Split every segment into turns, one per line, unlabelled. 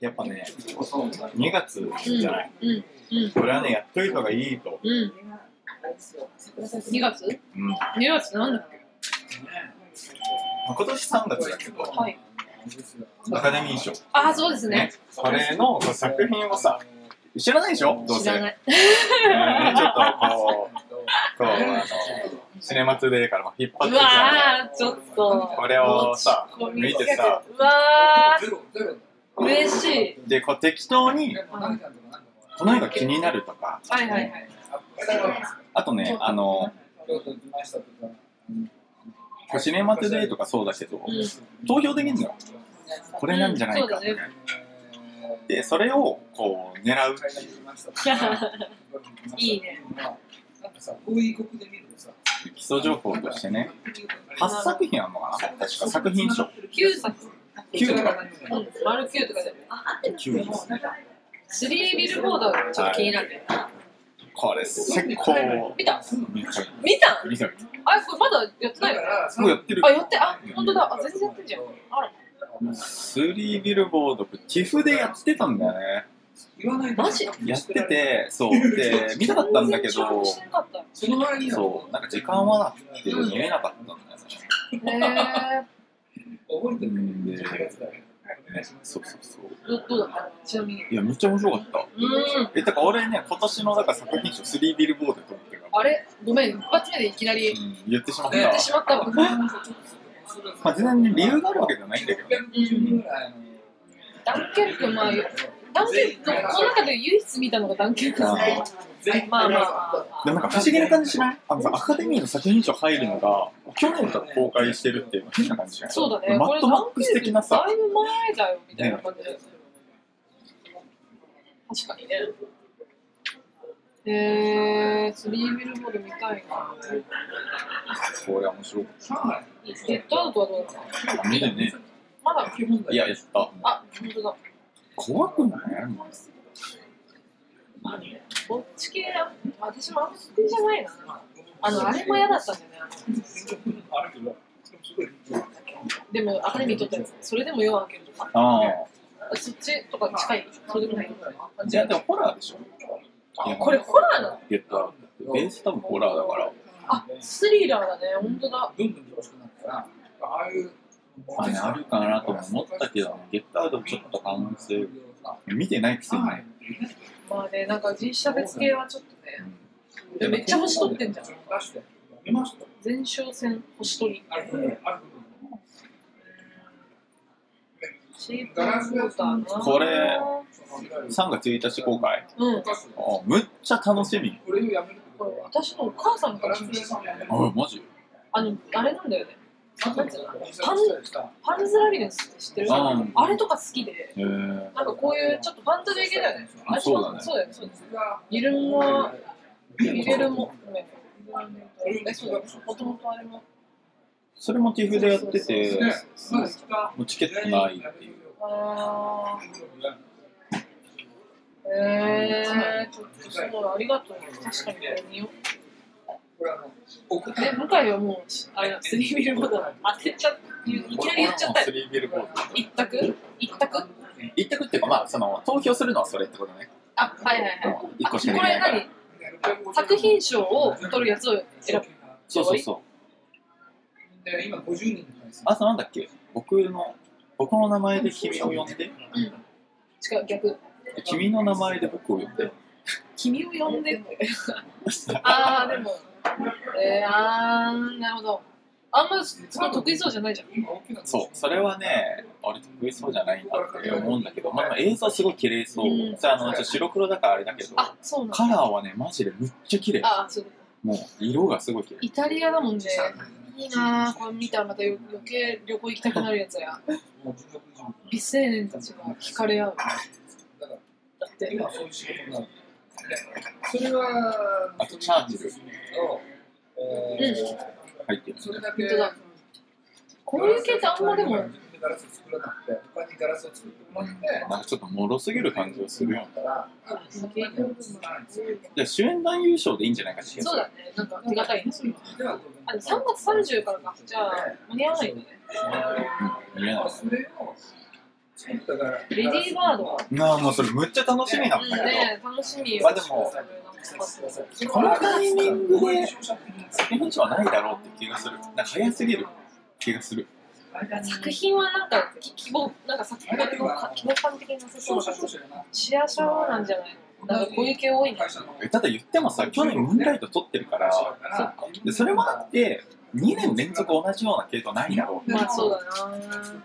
やっぱね、2月じゃない。
うんうん
これはね、やっといた方がいいと。
うん2月
うん。ま
2月なんだっけ
あ今年3月だけど、
はい
アカデミー賞。
あそうですね
あれの作品をさ、知らないでしょどうせ。
知らない
うんちょっとこう、こう、あの、シネマトゥデイからも引っ張って
う
きた
わーちょっと
これをさ、見てさ、
うわ
ゼロゼロ
ー嬉しい
で、こう適当に、この映画気になるとか、
はいはいはい
あとね、あの、こうシネマトゥデイとかそうだけど、
うん
投票できるのよ。これなんじゃない
うん
か
そう。だね
で、それをこう、狙うっていう。
いいね
なんかさ、こういう国で見るとさ、
基礎情報としてね、8作品あんのかな確か作品賞。
9作
九とか
うん丸9とかじゃない
9位ですね。
スリービルボードがちょっと気になる
これ、結構、
見た
見た
見た
見た見
あこれまだやってない
だ
よ
か
ね
ら、
た。もうやってる
あ。やってあ本当だあ全然やってんじゃんあら
スリービルボード、寄付でやってたんだよね。
言わない
マジ
やって、て、そう。で、見たかったんだけ
全然
ど
調整、してなかった
その前に
そう、なんか時間はなくて見れなかったんだよね。
へ
覚えて
う
る
んで、
ね
そうそうそう。
ーどどうだったちなみに
いや、めっちゃ面白かった。
うん
え、だから俺ね、今年のだから作品賞、スリービルボードと思ってるから、
あれごめん一発目でいきなり
うん、言ってしまった。
言ってしまったわ
まあ、全然ね、理由があるわけじゃないんだけどね。
ダンケルクまあダンケルクこの中で唯一見たのがダンケルクですねまあまあまあ
でもなんか不思議な感じしないあのさ、アカデミーの作品賞入るのが、去年から公開してるっていうの変な感じしない
そうだね
マッドマックス的なさ
これだいぶ前だよみたいな感じだよね確かにねへえー、スリービルボール見たいな
これ面白か
ゲットアウトはどうなの
った。見てね。
まだ
いや、やった。
あ本当だ
怖くない
こっち系だ私もあんま好きじゃないなあのあれも嫌だったんだよねあのでもアカデミー撮ったやつそれでも夜明けるとか
ああ。
そっちとか近いそうでもない
じゃあ、でもホラーでしょいや
これホラーなの
ゲットアウトベース多分ホラーだから。
あスリラーだね本当だ
どんどん楽しくなったら、ああいう。
まあね、あるかなとも思ったけど、ゲットアウトちょっと感性。見てないくせにね。
まあねなんか人種差別系はちょっとね
で
めっちゃ星取ってんじゃん
出して。見ました。
前哨戦星取り
あるある。
シープンスーターな
これ3月1日公開。
うん
ああむっちゃ楽しみ。
これをやめる
これ私のお母さんから聞いた
あ、マジ
あのあれなんだよね
パ
パンズラビデンスって知ってる
あ
あ
ー
れとか好きで
へえ。
なんかこういうちょっとファンタジー系だよね
あそうだね
そうだよねそうだよねイルモア入れるもごめんえそうだよもともとあれも
それも寄付でやってて、もうチケットないっていう。
あーえー、ちょっとそうありがとう確かにこれ見ようえ、向井はもう、あれ、スリービルボード当てちゃっ、いきなり言っちゃったよ。
スリービルボード。
一択一択
一択っていうか、まあ、その、投票するのはそれってことね。
あ、はいはいはい。
一個しかでき
あこ
な
れ
いから。
何作品賞を取るやつを選ぶ。
そうそうそう。
今50人
あとなんだっけ僕の、僕の名前で君を呼んで、
うん。違う、逆。
君の名前で僕を呼んで、
君を呼んでって。あー、でも。えー、あー、なるほど。あんま、そんな得意そうじゃないじゃん。
そう、それはね、俺得意そうじゃないなって思うんだけど、まあ、映像すごい綺麗そう。
うん
さあ、あの、ちょっと白黒だからあれだけど、
あ、そうなん
カ
だ。
ラーはね、マジでむっちゃ綺麗。
あ、そう。
もう、色がすごい綺麗。
イタリアだもんね。いいなー、これ見たらまたよ余計旅行行きたくなるやつや。美青年たちが惹かれ合う。だって。
今そういう仕事になる。それは、
あとチャーチル入ってる。
それだけ、
こういう系ってあんまでも、
ガラス作らなくて、他にガラスを作ってもらって、
なんかちょっと脆すぎる感じがするよ。
そんなにないんですよ。
じゃあ主演男優賞でいいんじゃないかって気が
そうだね、なんか手堅いね、それは。あ、でも3月30からか。じゃあ、間に合わないんだね。
うん見れない。
それを、だから、レ
レディーバードは
なあ、もうそれむっちゃ楽しみなんだけど。
ね楽しみよ。
まあでもこのタイミングで作品賞はないだろうって気がする。なんか早すぎる気がする。
作品はなんかき希望なんか作品が希望希望感的になさそうだけどシェアシャワーなんじゃないのなんかこういう系多いな。
えただ言ってもさ、去年ムーンライト撮ってるから、でそれもあって、2年連続同じような系統ないだろう。
まあそうだな。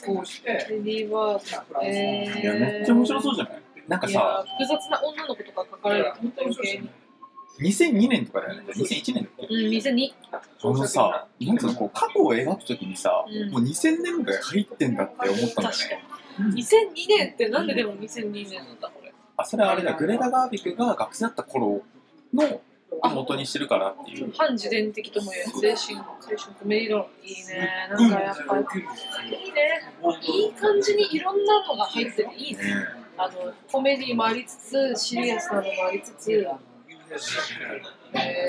こうして、
レディーバード。えー、
いや、めっちゃ面白そうじゃないなんか
い
さ
や、複雑な女の子とか書かれる本当に芸人
2002年とかだよね。2001年だっけ
うん、店に。
あのさ、なんかこう、過去を描くときにさ、
うん
もう2000年代入ってんだって思ったんだよ
確か
ね。
に。2002年ってなんででも2002年なんだこれ。
あ、それはあれだ、グレタ・ガービックが学生だった頃の元にしてるからっていう。
反自伝的とも言える精神、精神不明論。いいね。なんかやっぱ、いいね。いい感じにいろんなのが入ってていいね。あの、コメディもありつつ、シリアスなのもありつつ。へー。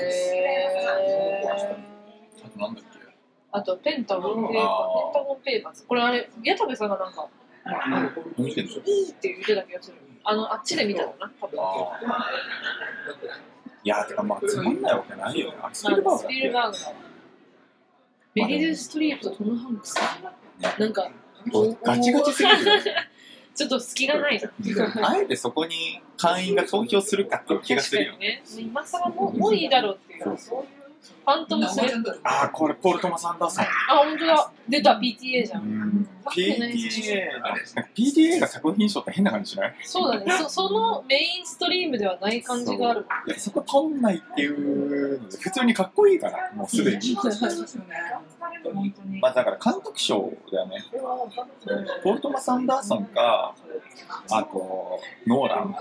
あとなんだっけ
あと、ペンタゴンペーパー、ペンタゴンペーパーズ。これあれ、矢田部さんがなんか、
見てるでしょ
いいって言ってた気がする。あの、あっちで見たのな、多分。
ああ。いや、てかまあ、つまんないわけないよね。あれ、スピルバーグだ
ス
っ
ピル
け
バーグだ。メリル・ストリープとトム・ハンクス。なんか、
ガチガチすぎるよね。
ちょっと隙がないじゃん。
あえてそこに会員が投票するかっていう気がするよね。
ね。今更もうもういいだろうっていう。ファントムスレッド。
ああ、これ、ポール・トマス・アンダーソン。
あ、本当だ。出た PTA じゃ。
うんん PTA だ PTA が作品賞って変な感じしない
そうだね。そそのメインストリームではない感じがあるもん。
いやそこ取んないっていうので普通にかっこいいからもうすでに、まあだから監督賞だよねポール・トマス・アンダーソンかあとノーラン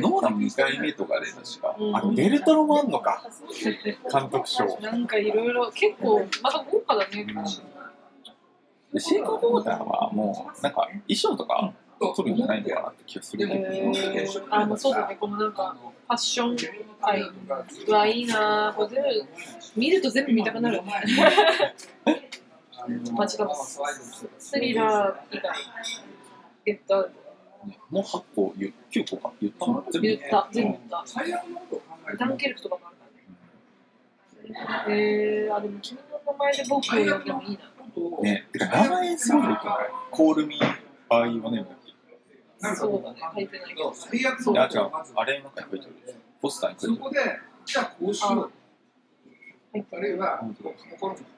ノーラン2回目とかで確かあとデルトロもあんのか監督賞
なんかいろいろ、結構、また豪華だね。
でシェイク・ウォーターはもうなんか衣装とか取るんじゃないのかなって気がするね
えー、あ、まあそうだね。このなんか、ファッション界。うわ、いいなぁ。これ全部、見ると全部見たくなる。まあちょっとスリラー以外。ゲットアウト
もう8個言う9個か言ったの全部
言った、全部言った。ダンケルクとかもあるからね。えー、あ、でも君の名前で僕を呼んでもいいな。
ねてか名前すごいよくないコール・ミー・バイ・ヨネームだっけ
そうだね、書いてないけど。
いや違うあれの中に書いてあるポスターに書いてある
そこで、じゃあこうしよう。
入って
あ
な
る
い。
いは、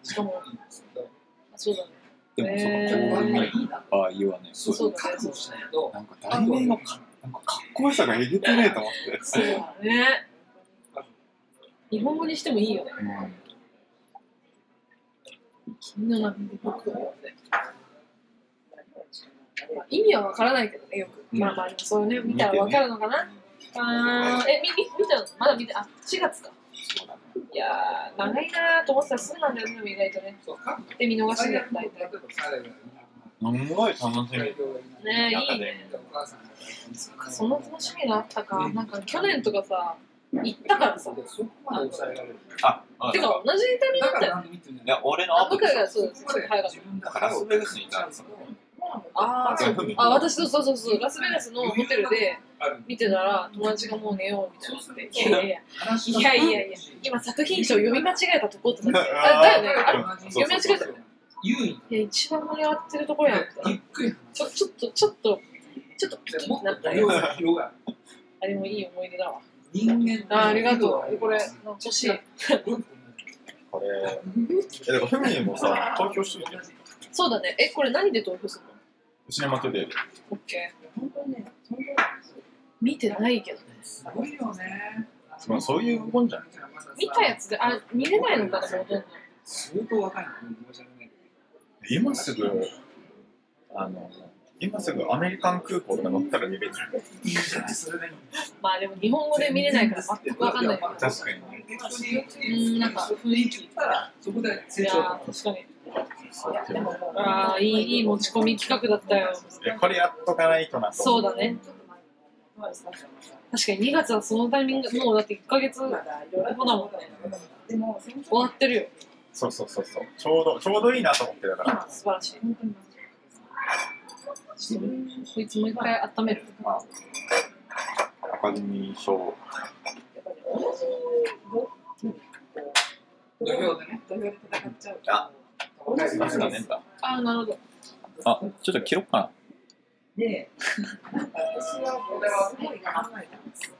しかも、そうだね。
でもその
え
公
ー
園ああ言わね
そうそうだね。
覚悟しないと、
なんか題名のかなんかかっこよさがえげてねえと思って。
そうだね。日本語にしてもいいよね。君の名前で僕を呼んで。まあ意味はわからないけどね、よく。
うん
まあまあ、そうね、見たらわかるのかな。あーえ、み、み、見たのまだ見て、あ、4月か。
そうだね
いやー、長いなーと思ってたらすぐなんだよね、でも意外とね。
そうか。
で、見逃しで大体。
すごい楽しみ。
ね
なん
い
か
いね。
ね
そっかその楽しみがあったか。なんか去年とかさ、行ったからさ。
あ、あ
てか、同じイタリアだったよね。
いや、俺の
あ、
後
向
で
井
さ
がそうです。ちょっと早かった。
だからラスベガスにいたんですよ
あーそうあ、私とそうそうそう、ラスベガスのホテルで見てたら、友達がもう寝ようみたいになって。いやいやいや、いやいやいや、今作品賞読み間違えたとこってなって。あ、だよね。あ
そう
そう
そう
いや、一番盛り上がってるところやんみたいな。ちょ、ちょっと、ちょっと、ちょっとピキッてなったよ。あれもいい思い出だわ。あ、ありがとう。これ、欲しい。
これ、え、だからフミもさ、投票しといてよ。
そうだね。え、これ何で投票するの
うちに負けて、
オッケー。見てないけど。
まあそういうもんじゃん。
見たやつで、あ、見れないのかな、ほとんど。
相当若いの申し訳ない
今すぐ、あの、今すぐアメリカン空港とか乗ったら見れる。
いいじゃない、それでいい。
まあでも日本語で見れないから全くわかんないから。
確かにね。
うん、なんか雰囲気。い
そこで成
や
長
ー、確かに。
そうでも
ああ、いい、いい持ち込み企画だったよ。
いやこれやっとかないとなと。
そうだね。確かに2月はそのタイミング、もうだって1ヶ月後だもんね。終わってるよ。
そうそうそうそう。ちょうど、ちょうどいいなと思ってだから。
素晴らしい。こいつもう一回温める。
アカデミー賞。
土俵でね、土俵で戦っちゃうから。同じ
あ、そうだねんだ。
ああ、なるほど。
あ、ちょっと切ろっかな。
で、私はこれはすごい考えたんですよ。